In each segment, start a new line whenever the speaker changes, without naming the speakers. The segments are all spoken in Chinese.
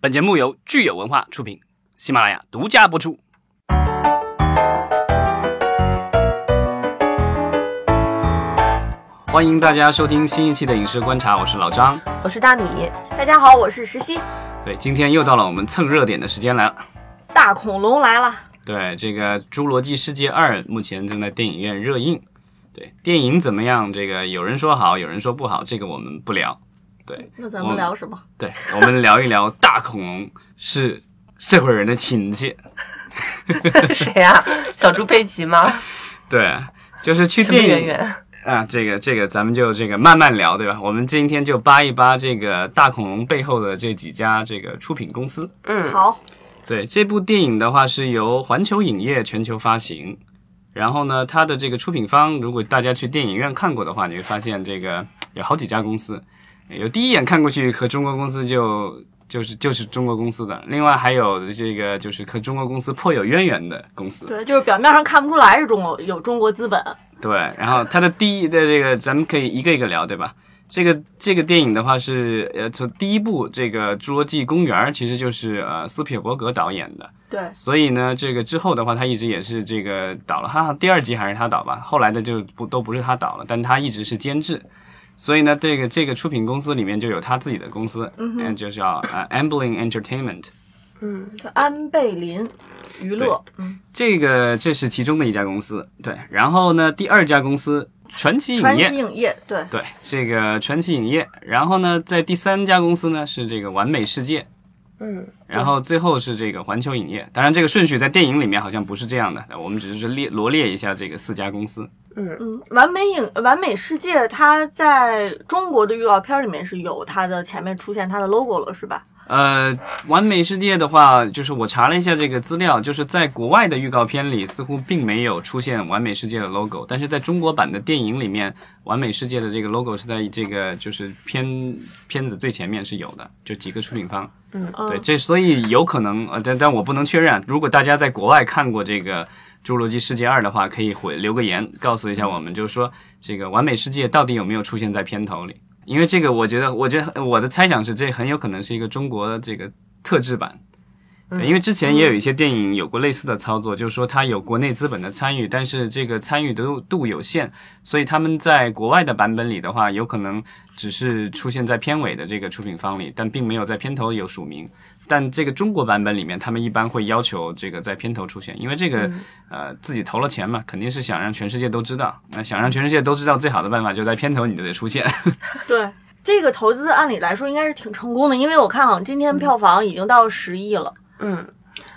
本节目由聚友文化出品，喜马拉雅独家播出。欢迎大家收听新一期的《影视观察》，我是老张。
我是大米，大家好，我是石溪。
对，今天又到了我们蹭热点的时间来了。
大恐龙来了，
对，这个《侏罗纪世界二》目前正在电影院热映。对，电影怎么样？这个有人说好，有人说不好，这个我们不聊。对，
那咱们聊什么？
对，我们聊一聊大恐龙是社会人的亲戚。
谁啊？小猪佩奇 吗？
对，就是去
什么
电
圆
影
圆？
啊，这个这个咱们就这个慢慢聊，对吧？我们今天就扒一扒这个大恐龙背后的这几家这个出品公司。
嗯，
好，
对，这部电影的话是由环球影业全球发行，然后呢，它的这个出品方，如果大家去电影院看过的话，你会发现这个有好几家公司，有第一眼看过去和中国公司就就是就是中国公司的，另外还有这个就是和中国公司颇有渊源的公司。
对，就是表面上看不出来是中国有中国资本，
对，然后它的第一的这个，咱们可以一个一个聊，对吧？这个这个电影的话是，呃，从第一部这个《侏罗纪公园》其实就是呃斯皮尔伯格导演的，
对，
所以呢，这个之后的话，他一直也是这个导了，哈，第二集还是他导吧，后来的就不都不是他导了，但他一直是监制。所以呢，这个这个出品公司里面就有他自己的公司，嗯，就叫呃 Amblin Entertainment。
嗯
叫安倍林娱乐，嗯，
这个这是其中的一家公司，对。然后呢，第二家公司传奇影
传
业
奇，影业，对，
对，这个传奇影业。然后呢，在第三家公司呢是这个完美世界，
嗯，
然后最后是这个环球影业。当然，这个顺序在电影里面好像不是这样的，我们只是列罗列一下这个四家公司。
嗯，完美影完美世界，它在中国的预告片里面是有它的前面出现它的 logo 了，是吧？
呃，完美世界的话，就是我查了一下这个资料，就是在国外的预告片里似乎并没有出现完美世界的 logo，但是在中国版的电影里面，完美世界的这个 logo 是在这个就是片片子最前面是有的，就几个出品方。
嗯，
对，这所以有可能，呃，但但我不能确认啊。如果大家在国外看过这个《侏罗纪世界二》的话，可以回留个言，告诉一下我们，就是说这个完美世界到底有没有出现在片头里？因为这个，我觉得，我觉得我的猜想是，这很有可能是一个中国这个特制版。对，因为之前也有一些电影有过类似的操作，就是说它有国内资本的参与，但是这个参与度度有限，所以他们在国外的版本里的话，有可能只是出现在片尾的这个出品方里，但并没有在片头有署名。但这个中国版本里面，他们一般会要求这个在片头出现，因为这个、呃自己投了钱嘛，肯定是想让全世界都知道。那想让全世界都知道，最好的办法就在片头你就得出现。
对。这个投资按理来说应该是挺成功的，因为我看好像今天票房已经到十亿了。
嗯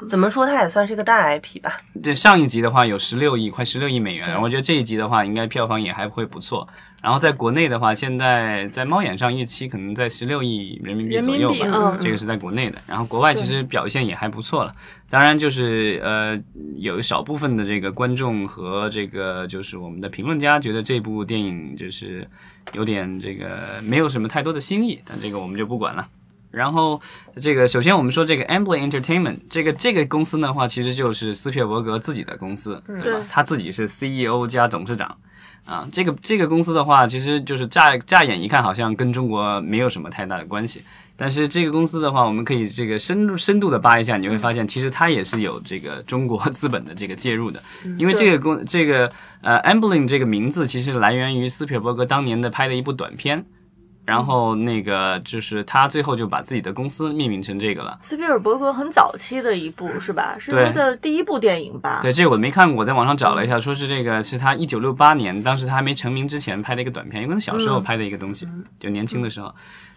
怎么说它也算是个大 IP 吧？
这上一集的话有十六亿，快十六亿美元，我觉得这一集的话应该票房也还会不错。然后在国内的话，现在在猫眼上预期可能在十六亿人民币
人
左
民
右
币
吧，
嗯
这个是在国内的。然后国外其实表现也还不错了，当然就是呃有少部分的这个观众和这个就是我们的评论家觉得这部电影就是有点这个没有什么太多的新意，但这个我们就不管了。然后，这个首先我们说这个 Amblin Entertainment 这个这个公司的话，其实就是斯皮尔伯格自己的公司，对吧
对？
他自己是 CEO 加董事长，啊，这个这个公司的话，其实就是乍乍眼一看好像跟中国没有什么太大的关系，但是这个公司的话，我们可以这个深入深度的扒一下，你会发现其实它也是有这个中国 资本的这个介入的，因为这个公这个呃 Amblin 这个名字其实来源于斯皮尔伯格当年的拍的一部短片。然后那个就是他最后就把自己的公司命名成这个了。
斯皮尔伯格很早期的一部是吧？是
对
他的第一部电影吧？
对，这我没看过，我在网上找了一下，说是这个是他一九六八年，当时他还没成名之前拍的一个短片，因为他小时
嗯
候拍的一个东西，就年轻的时候。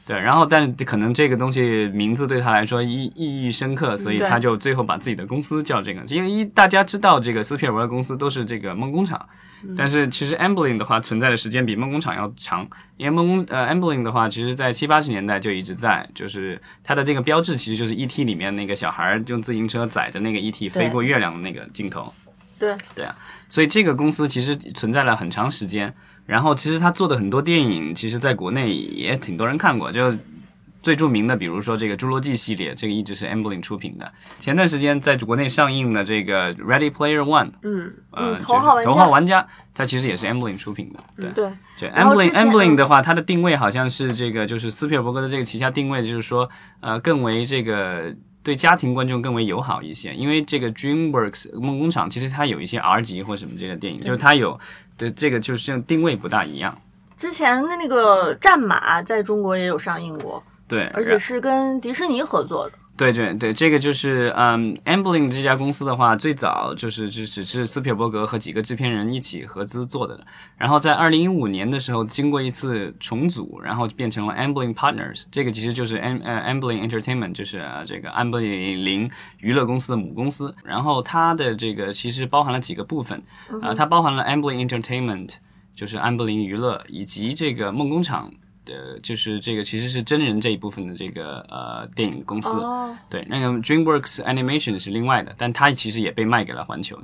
对，然后但是可能这个东西名字对他来说意意义深刻，所以
嗯对
他就最后把自己的公司叫这个，因为一大家知道这个斯皮尔伯格公司都是这个梦工厂，但是其实 Amblin 的话存在的时间比梦工厂要长，因为梦工呃 Amblin 的话，其实在七八十年代就一直在，就是它的这个标志其实就是 E.T. 里面那个小孩儿用自行车载着那个 E.T. 飞
对
过月亮的那个镜头，
对
对啊，所以这个公司其实存在了很长时间。然后其实他做的很多电影，其实在国内也挺多人看过，就最著名的，比如说这个《侏罗纪》系列，这个一直是 Amblin 出品的。前段时间在国内上映的这个《Ready Player One》，
嗯
呃，
嗯，
就是
头号玩家，嗯
头号玩家，它其实也是 Amblin 出品的。对，
对，
对
然后之
，Amblin
前
Amblin 的话，它的定位好像是这个，就是斯皮尔伯格的这个旗下定位，就是说，呃，更为这个对家庭观众更为友好一些。因为这个 DreamWorks 梦工厂其实它有一些 R 级或什么这个电影，就是它有的这个就是定位不大一样。
之前的那个战马在中国也有上映过，
对，
而且是跟迪士尼合作的。
对对对，这个就是嗯，Amblin 这家公司的话，最早就是只只是斯皮尔伯格和几个制片人一起合资做的，然后在二零一五年的时候，经过一次重组，然后变成了 Amblin Partners，这个其实就是 Am 呃 Amblin Entertainment，就是、呃这个安布林娱乐公司的母公司。然后它的这个其实包含了几个部分，啊、它包含了 Amblin Entertainment，就是安布林娱乐，以及这个梦工厂。的，就是这个其实是真人这一部分的这个呃电影公司，
哦，
对，那个 DreamWorks Animation 是另外的，但它其实也被卖给了环球。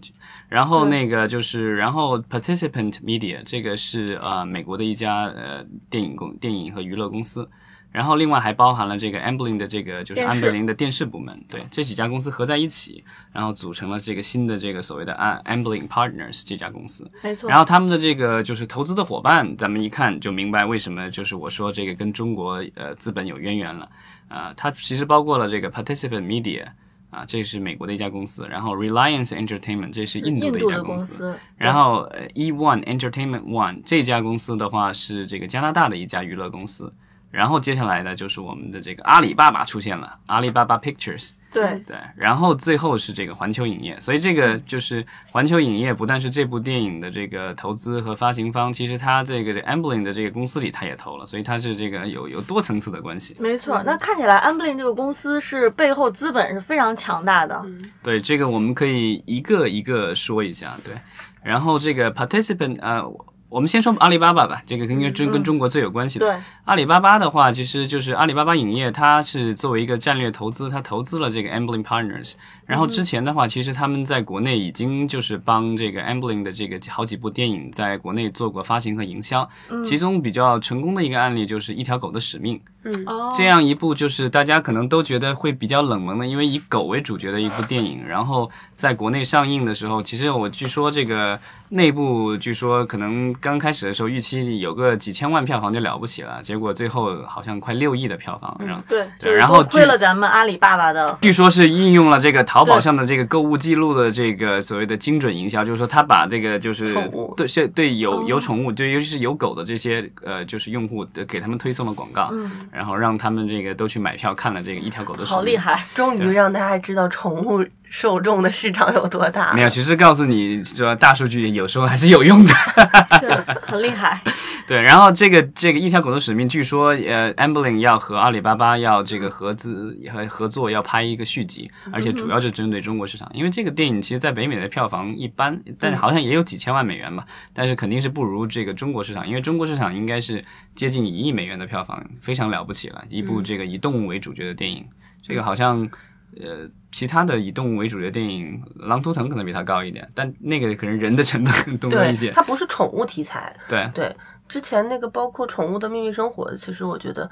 然后
嗯
那个就是，然后 Participant Media 这个是呃美国的一家呃电影公电影和娱乐公司。然后另外还包含了这个 Amblin 的这个就是
电
安
视
贝林的电视部门，对这几家公司合在一起，然后组成了这个新的这个所谓的 Am- Amblin Partners 这家公司。
没错
然。后他们的这个就是投资的伙伴，咱们一看就明白为什么就是我说这个跟中国呃资本有渊源了。啊，它其实包括了这个 Participant Media 啊、这是美国的一家公司，然后 Reliance Entertainment 这是印度
印
的一
度
家
的
公
公
司，
司，
然后呃 E One Entertainment One 这家公司的话是这个加拿大的一家娱乐公司。然后接下来呢，就是我们的这个阿里巴巴出现了，阿里巴巴 Pictures。
对，
对，然后最后是这个环球影业，所以这个就是环球影业不但是这部电影的这个投资和发行方，其实它这个 Amblin 的这个公司里它也投了，所以它是这个有有多层次的关系。
没错。那看起来 Amblin 这个公司是背后资本是非常强大的。
对，这个我们可以一个一个说一下。对，然后这个 participant 呃，我们先说阿里巴巴吧，这个应该跟跟中国最有关系的。
对，
阿里巴巴的话，其实就是阿里巴巴影业，它是作为一个战略投资，它投资了这个 Amblin Partners。然后之前的话，其实他们在国内已经就是帮这个 Amblin 的这个好几部电影在国内做过发行和营销，其中比较成功的一个案例就是《一条狗的使命》。
嗯
哦，
这样一部就是大家可能都觉得会比较冷门的，因为以狗为主角的一部电影，然后在国内上映的时候，其实我据说这个内部据说可能刚开始的时候预期有个几千万票房就了不起了，结果最后好像快六亿的票房，然后
对，
对
就是
然后
多亏
据
了咱们阿里爸爸的，
据说是应用了这个淘宝
对
上的这个购物记录的这个所谓的精准营销，就是说他把这个就是
宠物
对是对有有
哦
宠物，就尤其是有狗的这些呃就是用户的给他们推送了广告，
嗯，
然后让他们这个都去买票看了这个一条狗的使
好
命
厉害。
终于让大家知道宠物受众的市场有多大。
没有，其实告诉你说大数据有时候还是有用的。
对，很厉害。
对，然后这个这个一条狗的使命，据说呃，Amblin 要和阿里巴巴要这个合资和合作，要拍一个续集，而且主要是针对中国市场，因为这个电影其实在北美的票房一般，但好像也有几千万美元吧，但是肯定是不如这个中国市场，因为中国市场应该是接近一亿美元的票房，非常了不起了，一
嗯
部这个以动物为主角的电影，这个好像。呃，其他的以动物为主角的电影，《狼图腾》可能比它高一点，但那个可能人的成本更多一
对，
些。
它不是宠物题材。
对，
对，之前那个包括《宠物的秘密生活》，其实我觉得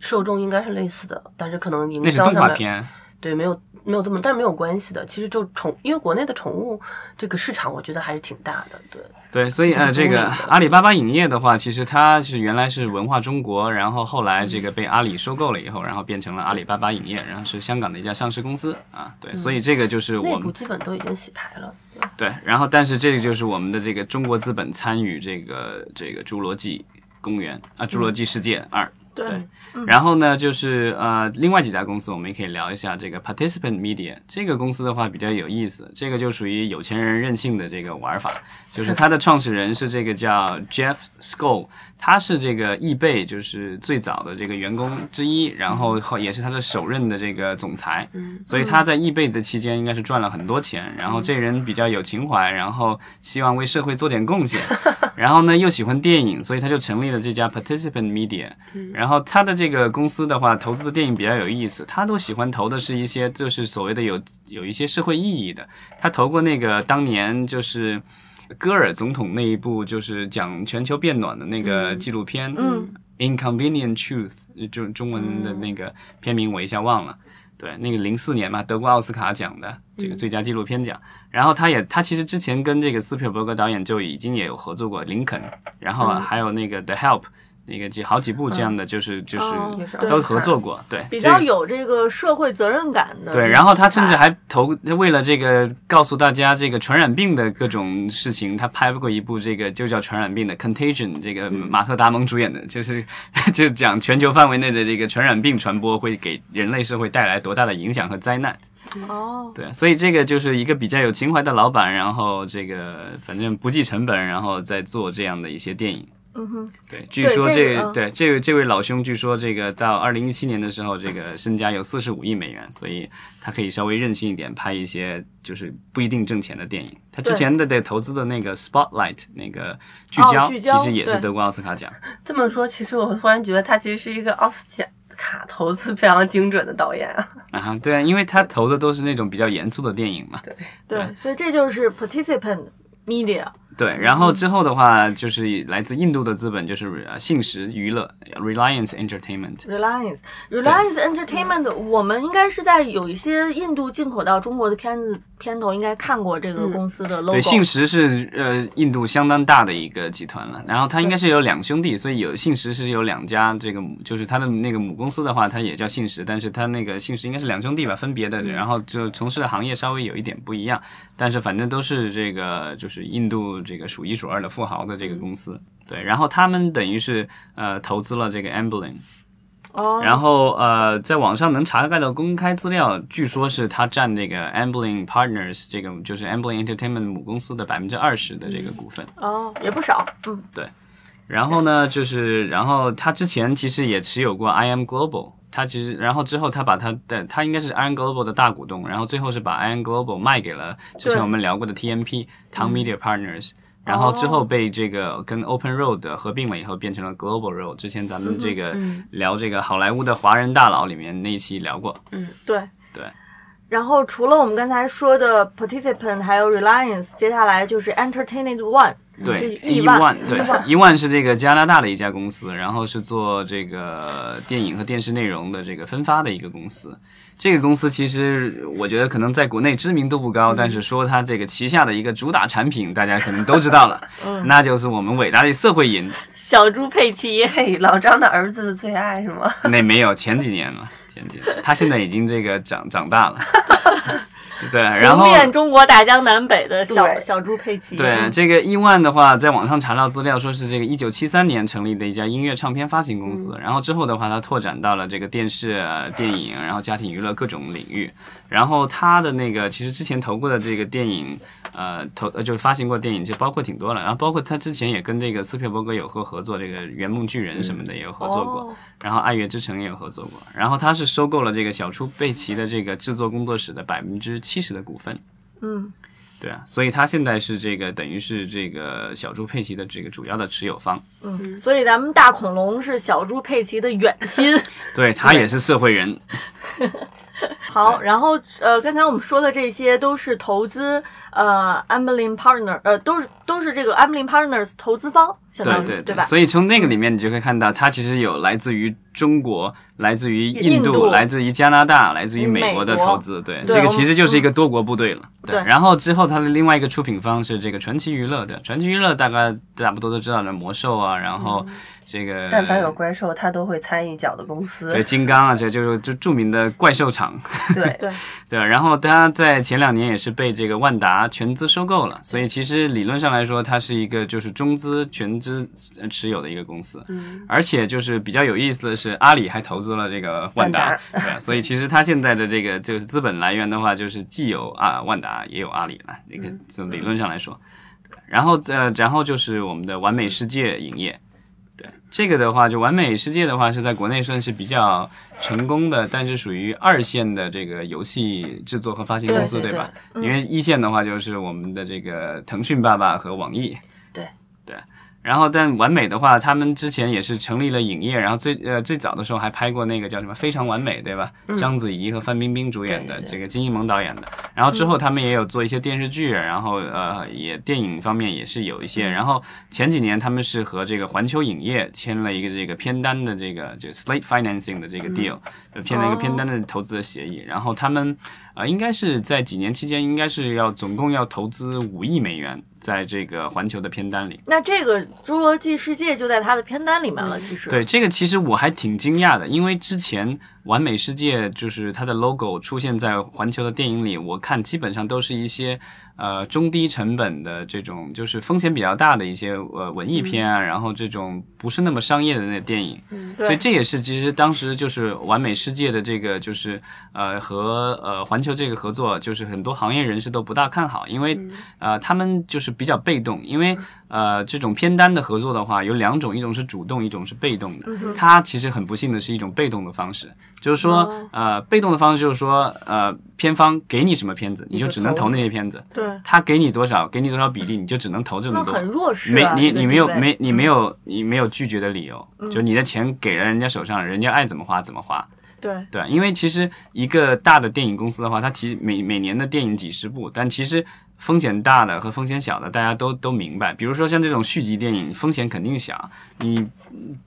受众应该是类似的，但是可能营
那是
销
动
上
画
面
片。
对没有没有这么，但是没有关系的。其实就宠，因为国内的宠物这个市场，我觉得还是挺大的。对，
对，所以呃，这
这是中
个
立的
阿里巴巴影业的话，其实它是原来是文化中国，然后后来这个被阿里收购了以后，然后变成了阿里巴巴影业，然后是香港的一家上市公司啊。对，所以这个就是我
嗯内
们
部基本都已经洗牌了。对
对，然后但是这个就是我们的这个中国资本参与这个这个《侏罗纪公园》啊，《侏罗纪世界二》
对，
然后呢，就是呃，另外几家公司我们也可以聊一下这个 Participant Media 这个公司的话比较有意思，这个就属于有钱人任性的这个玩法，就是它的创始人是这个叫 Jeff Skoll，他是这个易贝就是最早的这个员工之一，然后后也是他的首任的这个总裁，所以他在易贝的期间应该是赚了很多钱，然后这人比较有情怀，然后希望为社会做点贡献， 然后呢又喜欢电影，所以他就成立了这家 Participant Media。然后他的这个公司的话，投资的电影比较有意思，他都喜欢投的是一些就是所谓的有有一些社会意义的。他投过那个当年就是戈尔总统那一部就是讲全球变暖的那个纪录片，
嗯，
Inconvenient Truth，就中文的那个片名我一下忘了。对，那个零四年嘛，德国奥斯卡奖的这个最佳纪录片奖。然后他也，他其实之前跟这个斯皮尔伯格导演就已经也有合作过《林肯》，然后
嗯
啊还有那个《The Help》，那个几好几部这样的，就是就是
也是
都合作过。对，
哦比
这个
较有这个社会责任感的。
对，然后他甚至还投为了这个告诉大家这个传染病的各种事情，他拍过一部这个就叫《传染病》的《Contagion》，这个马特·达蒙主演的，就是 就讲全球范围内的这个传染病传播会给人类社会带来多大的影响和灾难。
哦，
对，所以这个就是一个比较有情怀的老板，然后这个反正不计成本，然后再做这样的一些电影。
嗯哼，
对，据说这
对这个嗯
对这位这位老兄，据说这个到二零一七年的时候，这个身家有四十五亿美元，所以他可以稍微任性一点，拍一些就是不一定挣钱的电影。他之
对
前的对投资的那个 Spotlight 那个聚
哦
焦，
聚焦
其实也是
对
得过奥斯卡奖。
这么说，其实我突然觉得他其实是一个奥斯卡投资非常精准的导演啊。
啊哈，对啊，因为他投的都是那种比较严肃的电影嘛。对
对，所以这就是 participant media。
对，然后之后的话就是来自印度的资本，就是呃信实娱乐 Reliance Entertainment。
Reliance Reliance Entertainment，我们应该是在有一些印度进口到中国的片子片头应该看过这个公司的 logo。
嗯对，信实是呃印度相当大的一个集团了，然后它应该是有两兄弟，所以有信实是有两家，这个母就是它的那个母公司的话，它也叫信实，但是它那个信实应该是两兄弟吧，分别的，然后就从事的行业稍微有一点不一样，但是反正都是这个就是印度这个数一数二的富豪的这个公司。对，然后他们等于是呃投资了这个 Amblin，
哦，
然后呃，在网上能查看到公开资料，据说是他占这个 Amblin Partners 这个就是 Amblin Entertainment 母公司的百分之二十的这个股份。
哦也不少，嗯，
然后呢，就是然后他之前其实也持有过 I M Global，他其实然后之后他把他的他应该是 I M Global 的大股东，然后最后是把 I M Global 卖给了之前
对
我们聊过的 T M P Town Media Partners。然后之后被这个跟 Open Road 合并了以后，变成了 Global Road。之前咱们这个聊这个好莱坞的华人大佬里面那一期聊过，
对
对。
然后除了我们刚才说的 participant，还有 Reliance，接下来就是 Entertainment One，
嗯对，E
这是亿
万
万，
对，亿万是这个加拿大的一家公司，然后是做这个电影和电视内容的这个分发的一个公司。这个公司其实我觉得可能在国内知名度不高，
嗯
但是说它这个旗下的一个主打产品，大家可能都知道 了，
嗯
那就是我们伟大的社会银。
小猪佩奇。
嘿，老张的儿子的最爱是吗？
那没有，前几年了，前几年，他现在已经这个长长大了。 对，然后
红遍中国大江南北的小
对
小猪佩奇，
对，这个亿万的话，在网上查到资料说是这个一九七三年成立的一家音乐唱片发行公司，然后之后的话，它拓展到了这个电视、呃电影，然后家庭娱乐各种领域。然后它的那个其实之前投过的这个电影，呃，投呃就是发行过电影就包括挺多了，然后包括他之前也跟这个斯皮尔伯格有合合作，这个《圆梦巨人》什么的也有合作过。
哦
然后《爱乐之城》也有合作过，然后他是收购了这个小猪佩奇的这个制作工作室的百分之七十的股份。
嗯，
对啊，所以他现在是这个等于是这个小猪佩奇的这个主要的持有方，
嗯，所以咱们大恐龙是小猪佩奇的远亲。
对他也是社会人，
好，然后呃，刚才我们说的这些都是投资呃 Amblin Partner，呃，都是都是这个 Amblin Partners 投资方，相当
对
于
对
吧？
所以从那个里面你就可以看到，它其实有来自于中国、来自于印
印度
来自于加拿大、来自于美国的
美国
投资，对，
对
这个
我们
其实就是一个多国部队了。
对
然后之后它的另外一个出品方是这个传奇娱乐的，传奇娱乐大概差不多都知道的魔兽啊，然后这个
但凡有怪兽，他都会参一脚的公司
对。金刚啊，这就是就著名的怪兽厂。
对，
对
对，然后它在前两年也是被这个万达全资收购了，所以其实理论上来说，它是一个就是中资全资呃持有的一个公司，而且就是比较有意思的是，阿里还投资了这个万达，对，所以其实它现在的这个就是资本来源的话，就是既有啊万达也有阿里了，那个就理论上来说，对然后呃，然后就是我们的完美世界影业。对这个的话，就完美世界的话是在国内算是比较成功的，但是属于二线的这个游戏制作和发行公司，
对对嗯
吧？因为一线的话就是我们的这个腾讯爸爸和网易，
对
对。然后，但完美的话，他们之前也是成立了影业，然后最呃最早的时候还拍过那个叫什么《非常完美》，对吧？章子怡和范冰冰主演的，
嗯对对
这个金一萌导演的。然后之后他们也有做一些电视剧，然后呃也电影方面也是有一些。然后前几年他们是和这个环球影业签了一个这个片单的这个这个 slate financing 的这个 deal，、呃签了一个片单的投资的协议。然后他们呃应该是在几年期间，应该是要总共要投资五亿美元在这个环球的片单里。
那这个《侏罗纪世界》就在它的片单里面了，其实。
对这个，其实我还挺惊讶的，因为之前完美世界就是它的 logo 出现在环球的电影里，我看基本上都是一些呃中低成本的这种，就是风险比较大的一些呃文艺片啊，然后这种不是那么商业的那电影，
对
所以这也是其实当时就是完美世界的这个就是呃和呃环球这个合作，就是很多行业人士都不大看好，因为
嗯
呃他们就是比较被动，因为呃这种片单的合作的话有两种，一种是主动，一种是被动的。
嗯
它其实很不幸的是一种被动的方式，就是说
哦
呃被动的方式就是说呃片方给你什么片子，你就只能
投
投那些片子。
对
他给你多少，给你多少比例，你就只能投这么
那
多。
很弱势
没
啊。
你
这个
你没有
地位
没你没有你没有拒绝的理由，就你的钱给了人家手上，人家爱怎么花怎么花，
对
对吧，因为其实一个大的电影公司的话，它其实每每年的电影几十部，但其实风险大的和风险小的大家都都明白。比如说像这种续集电影，风险肯定小，你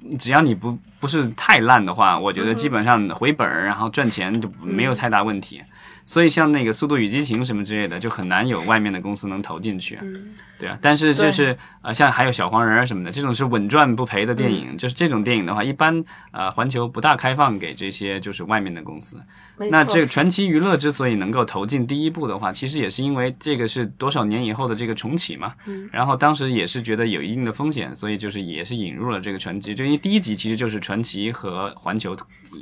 你只要你不不是太烂的话，我觉得基本上回本儿，然后赚钱就没有太大问题。所以像那个《速度与激情》什么之类的，就很难有外面的公司能投进去。对啊，但是就
对
是呃，像还有小黄人儿什么的，这种是稳赚不赔的电影，就是这种电影的话，一般呃环球不大开放给这些就是外面的公司。
没
那
错
这个传奇娱乐之所以能够投进第一部的话，其实也是因为这个是多少年以后的这个重启嘛。
嗯
然后当时也是觉得有一定的风险，所以就是也是引入了这个传奇，就因为第一集其实就是传奇和环球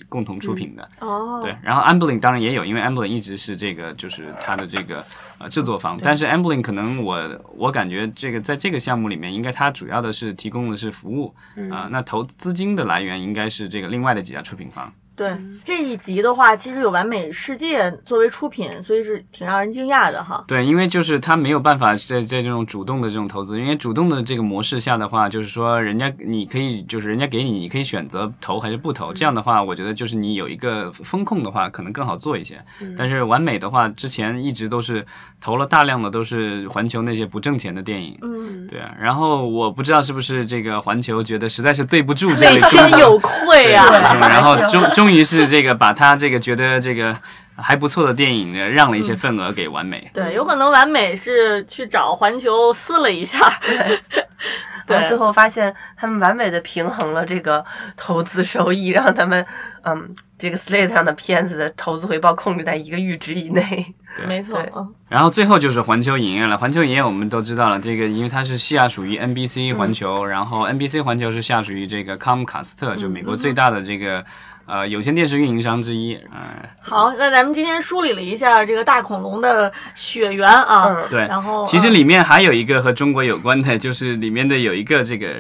共同出品的。
哦，
对，然后 Amblin 当然也有，因为 Amblin 一直是这个就是它的这个呃制作方，但是 Amblin 可能我我感觉这个在这个项目里面，应该它主要的是提供的是服务
嗯
啊、那投资金的来源应该是这个另外的几家出品方。
对这一集的话，其实有完美世界作为出品，所以是挺让人惊讶的哈。
对，因为就是他没有办法在在这种主动的这种投资，因为主动的这个模式下的话，就是说人家你可以就是人家给你，你可以选择投还是不投。这样的话，我觉得就是你有一个风控的话，可能更好做一些。但是完美的话，之前一直都是投了大量的都是环球那些不挣钱的电影。
嗯，
对啊，然后我不知道是不是这个环球觉得实在是对不住这
内
类
心
观众
有愧
对
啊。
然后终终于是这个把他这个觉得这个还不错的电影呢让了一些份额给完美。
对，有可能完美是去找环球撕了一下，
然后最
对，
后发现他们完美的平衡了这个投资收益，让他们嗯，这个 Slate 上的片子的投资回报控制在一个阈值以内。
没错
对，
嗯，
然后最后就是环球影业了。环球影业我们都知道了，这个因为它是下属于
嗯
NBC 环球，然后 NBC 环球是下属于这个康姆卡斯特，就美
嗯
国最大的这个呃有线电视运营商之一。嗯、
好，那咱们今天梳理了一下这个大恐龙的血缘啊，
嗯
对。
然后
其实里面还有一个和中国有关的，就是里面的有一个这个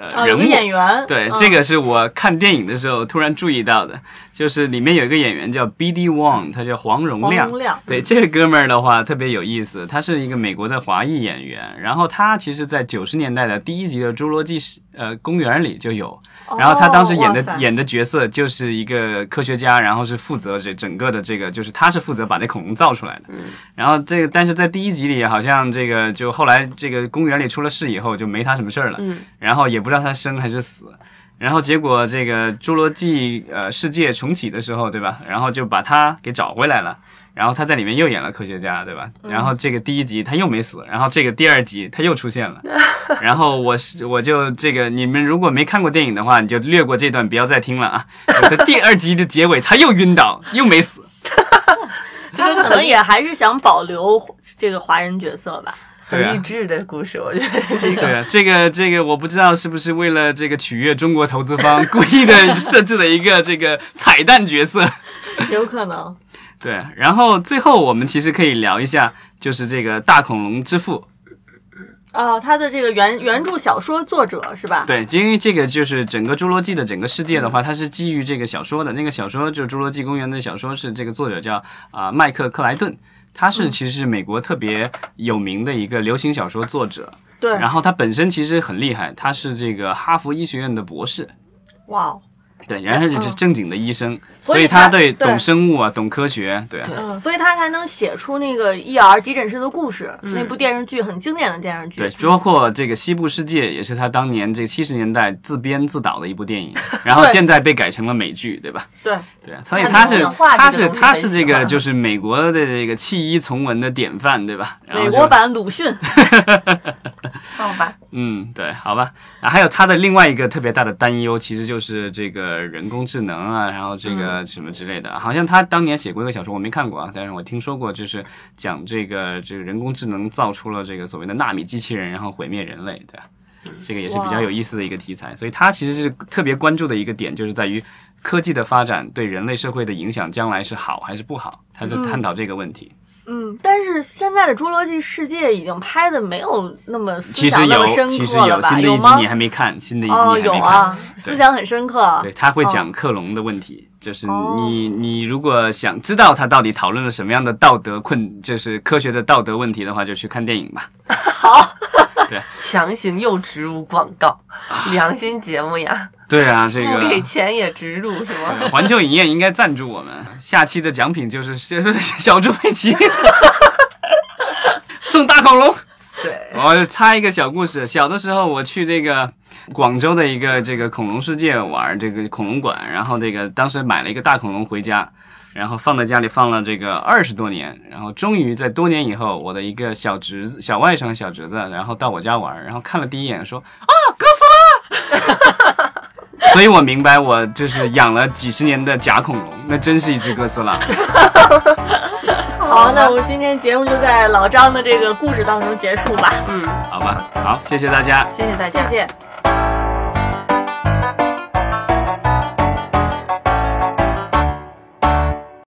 啊
呃人
有个
物，
演员，
对，
嗯
这个是我看电影的时候突然注意到的，就是里面有一个演员叫 B.D. Wong，他叫黄荣
黄
亮
荣。亮，
对这个哥们儿的话特别有意思，他是一个美国的华裔演员，然后他其实，在九十年代的第一集的《侏罗纪世呃公园》里就有，然后他当时演的、
哦哇塞
演的角色就是一个科学家，然后是负责这整个的这个，就是他是负责把这恐龙造出来的。
嗯
然后这个，但是在第一集里，好像这个就后来这个公园里出了事以后，就没他什么事儿了。
嗯
然后也不知道他生还是死。然后结果这个《侏罗纪》呃世界重启的时候，对吧？然后就把他给找回来了。然后他在里面又演了科学家，对吧？
嗯
然后这个第一集他又没死，然后这个第二集他又出现了。然后我是我就这个，你们如果没看过电影的话，你就略过这段，不要再听了啊。在第二集的结尾，他又晕倒，又没死。
他可能也还是想保留这个华人角色吧。
很
对啊
励志的故事，我觉得
对
这个。
啊，这个这个我不知道是不是为了这个取悦中国投资方，故意的设置了一个这个彩蛋角色。
有可能。
对，啊然后最后我们其实可以聊一下，就是这个大恐龙之父
啊，他的这个原原著小说作者是吧？
对，因为这个就是整个《侏罗纪》的整个世界的话，它是基于这个小说的。那个小说就是《侏罗纪公园》的小说，是这个作者叫啊、麦克克莱顿，他是其实美国特别有名的一个流行小说作者。
对，
然后他本身其实很厉害，他是这个哈佛医学院的博士，
哇哦，
对，然后就是正经的医生，嗯
所
所
以
以他
他
对
对
懂生物啊，懂科学，对啊。
嗯，所以他才能写出那个 ER 急诊室的故事，那部电视剧很经典的电视
嗯
剧。
对，包括这个《西部世界》也是他当年这七十年代自编自导的一部电 影，然后
对
现在被改成了美剧，对吧？
对
对，啊所以
他
他
能
是
进化
他
这个
是
东西
他
很啊
是
喜
这个
欢
就是美国的这个弃医从文的典范，对吧？然后
美
就
国版鲁迅，
好吧，
嗯，对，好吧。啊，还有他的另外一个特别大的担忧，其实就是这个人工智能啊，然后这
嗯
个什么之类的。好像他当年写过一个小说，我没看过啊，但是我听说过，就是讲这个这个人工智能造出了这个所谓的纳米机器人，然后毁灭人类，对吧。这个也是比较
嗯哇哦
有意思的一个题材，所以他其实是特别关注的一个点，就是在于科技的发展对人类社会的影响，将来是好还是不好，他在探讨这个问题。
嗯，但是现在的《侏罗纪世界》已经拍的没有那么思
其实
想那
有
么深，
其实
刻了
有
吧？
新的一集
吗
你？还没看，新的一集
哦，
你还
有
没看。
啊，
对
思想很深刻。
对，他会
哦
讲克隆的问题，就是
哦
你你如果想知道他到底讨论了什么样的道德困，就是科学的道德问题的话，就去看电影吧。
强行又植入广告，良心节目呀，
对啊，这
哦
不
个。
给钱也植入是吗？
呃环球影业应该赞助我们，下期的奖品就是小 小猪佩奇， 送大恐龙。
对，
我插一个小故事，小的时候我去这个广州的一个这个恐龙世界玩这个恐龙馆，然后这个当时买了一个大恐龙回家，然后放在家里放了这个二十多年，然后终于在多年以后，我的一个小侄子、小外甥、小侄子，然后到我家玩，然后看了第一眼说啊，割死了。所以我明白，我就是养了几十年的假恐龙，那真是一只哥斯拉。
好，那我们今天节目就在老张的这个故事当中结束吧，
嗯，
啊好吧，好，谢谢大家。
谢谢大
谢
家。
谢。